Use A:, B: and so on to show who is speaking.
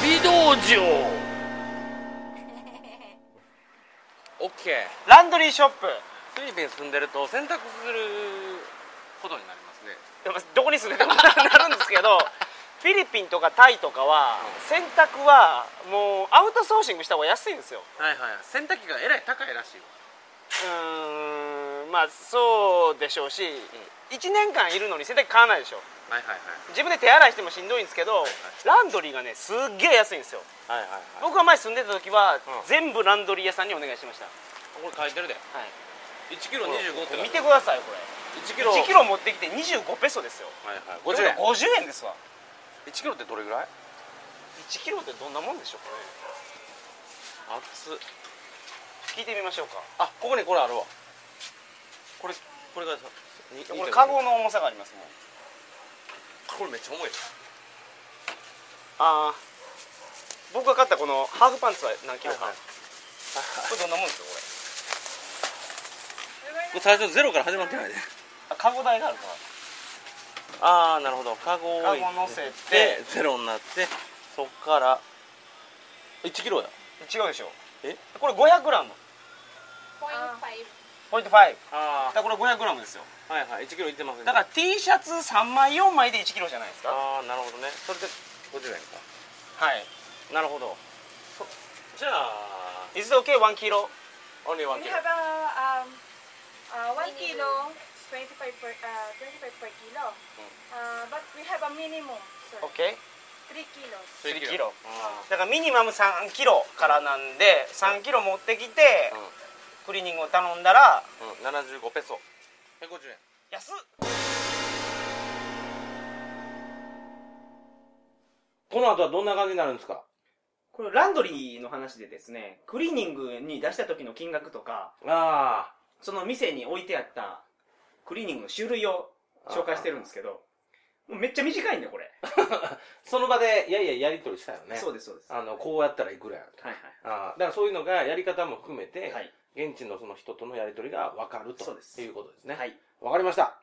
A: 旅 道場オッケー
B: ランドリーショップ
A: フィリピン住んでると洗濯することになりますね
B: でもどこに住んでるか分からんなるんですけどフィリピンとかタイとかは洗濯はもうアウトソーシングした方が安いんですよ
A: はいはい洗濯機がえらい高いらしいわ
B: うーんまあそうでしょうし、1年間いるのに洗濯機買わないでしょ
A: はいはい
B: 自分で手洗いしてもしんどいんですけど、ランドリーがねすっげえ安いんですよ
A: はいはいはい
B: 僕が前住んでた時は、
A: うん
B: 全部ランドリー屋さんにお願いしました、
A: これ書いてるで
B: はい、
A: 1キロ25って
B: 見てくださいこれ
A: 1
B: 1キ
A: キロ
B: ロ持ってきて25ペソですよ
A: はいはい50円
B: 50円ですわ
A: 1キロってどれぐらい
B: 1キロってどんなもんでしょうかね
A: 熱っ
B: 聞いてみましょうか
A: あここにこれあるわこれこれがさに
B: これ
A: 2.5
B: カゴの重さがありますもん
A: これめっちゃ重い
B: ああ僕が買ったこのハーフパンツは何キロか、
A: はいはい
B: これどんなもんですよこ
A: もう最初ゼロから始まってないね
B: れあカゴ代があるか
A: ああなるほどカゴを置いて
B: カゴ乗せて
A: ゼロになってそっから1キロや
B: ら違うでしょ
A: え
B: これ 500g
C: 0.5 five.
B: ポイント5
A: あ
B: だからこれ 500g ですよ
A: あはいはい1キロいってますね
B: だから T シャツ3枚4枚で1キロじゃないですか
A: ああなるほどねそれで50円か
B: はい
A: なるほどそじゃあ
B: Is it okay 1キロ
A: only one
D: We
A: kilo
D: have a um, uh, one
C: Minimum.
D: kilo, 25 per, uh, 25 per kilo. Uh, but we have a minimum, sir.
B: OK
D: 3 kilos.
B: 3
A: 3
B: キロ
A: あ
B: だからミニマム3キロからなんで3キロ持ってきて
A: ー
B: クリーニングを頼んだら
A: うん、うん、75ペソ150円
B: 安っ
A: この後はどんな感じになるんですか
B: これランドリーの話でですねクリーニングに出した時の金額とか
A: あ
B: その店に置いてあったクリーニングの種類を紹介してるんですけどもうめっちゃ短いんだよこれ、
A: あその場でいやいややり取りしたよね
B: そう
A: う
B: ですそうですは
A: あのこうやったらいくらやと
B: いはい
A: ああだからそういうのがやり方も含めて、
B: はい
A: 現地のその人とのやり取りが分かると
B: そうです
A: いうことですね
B: はい
A: 分かりました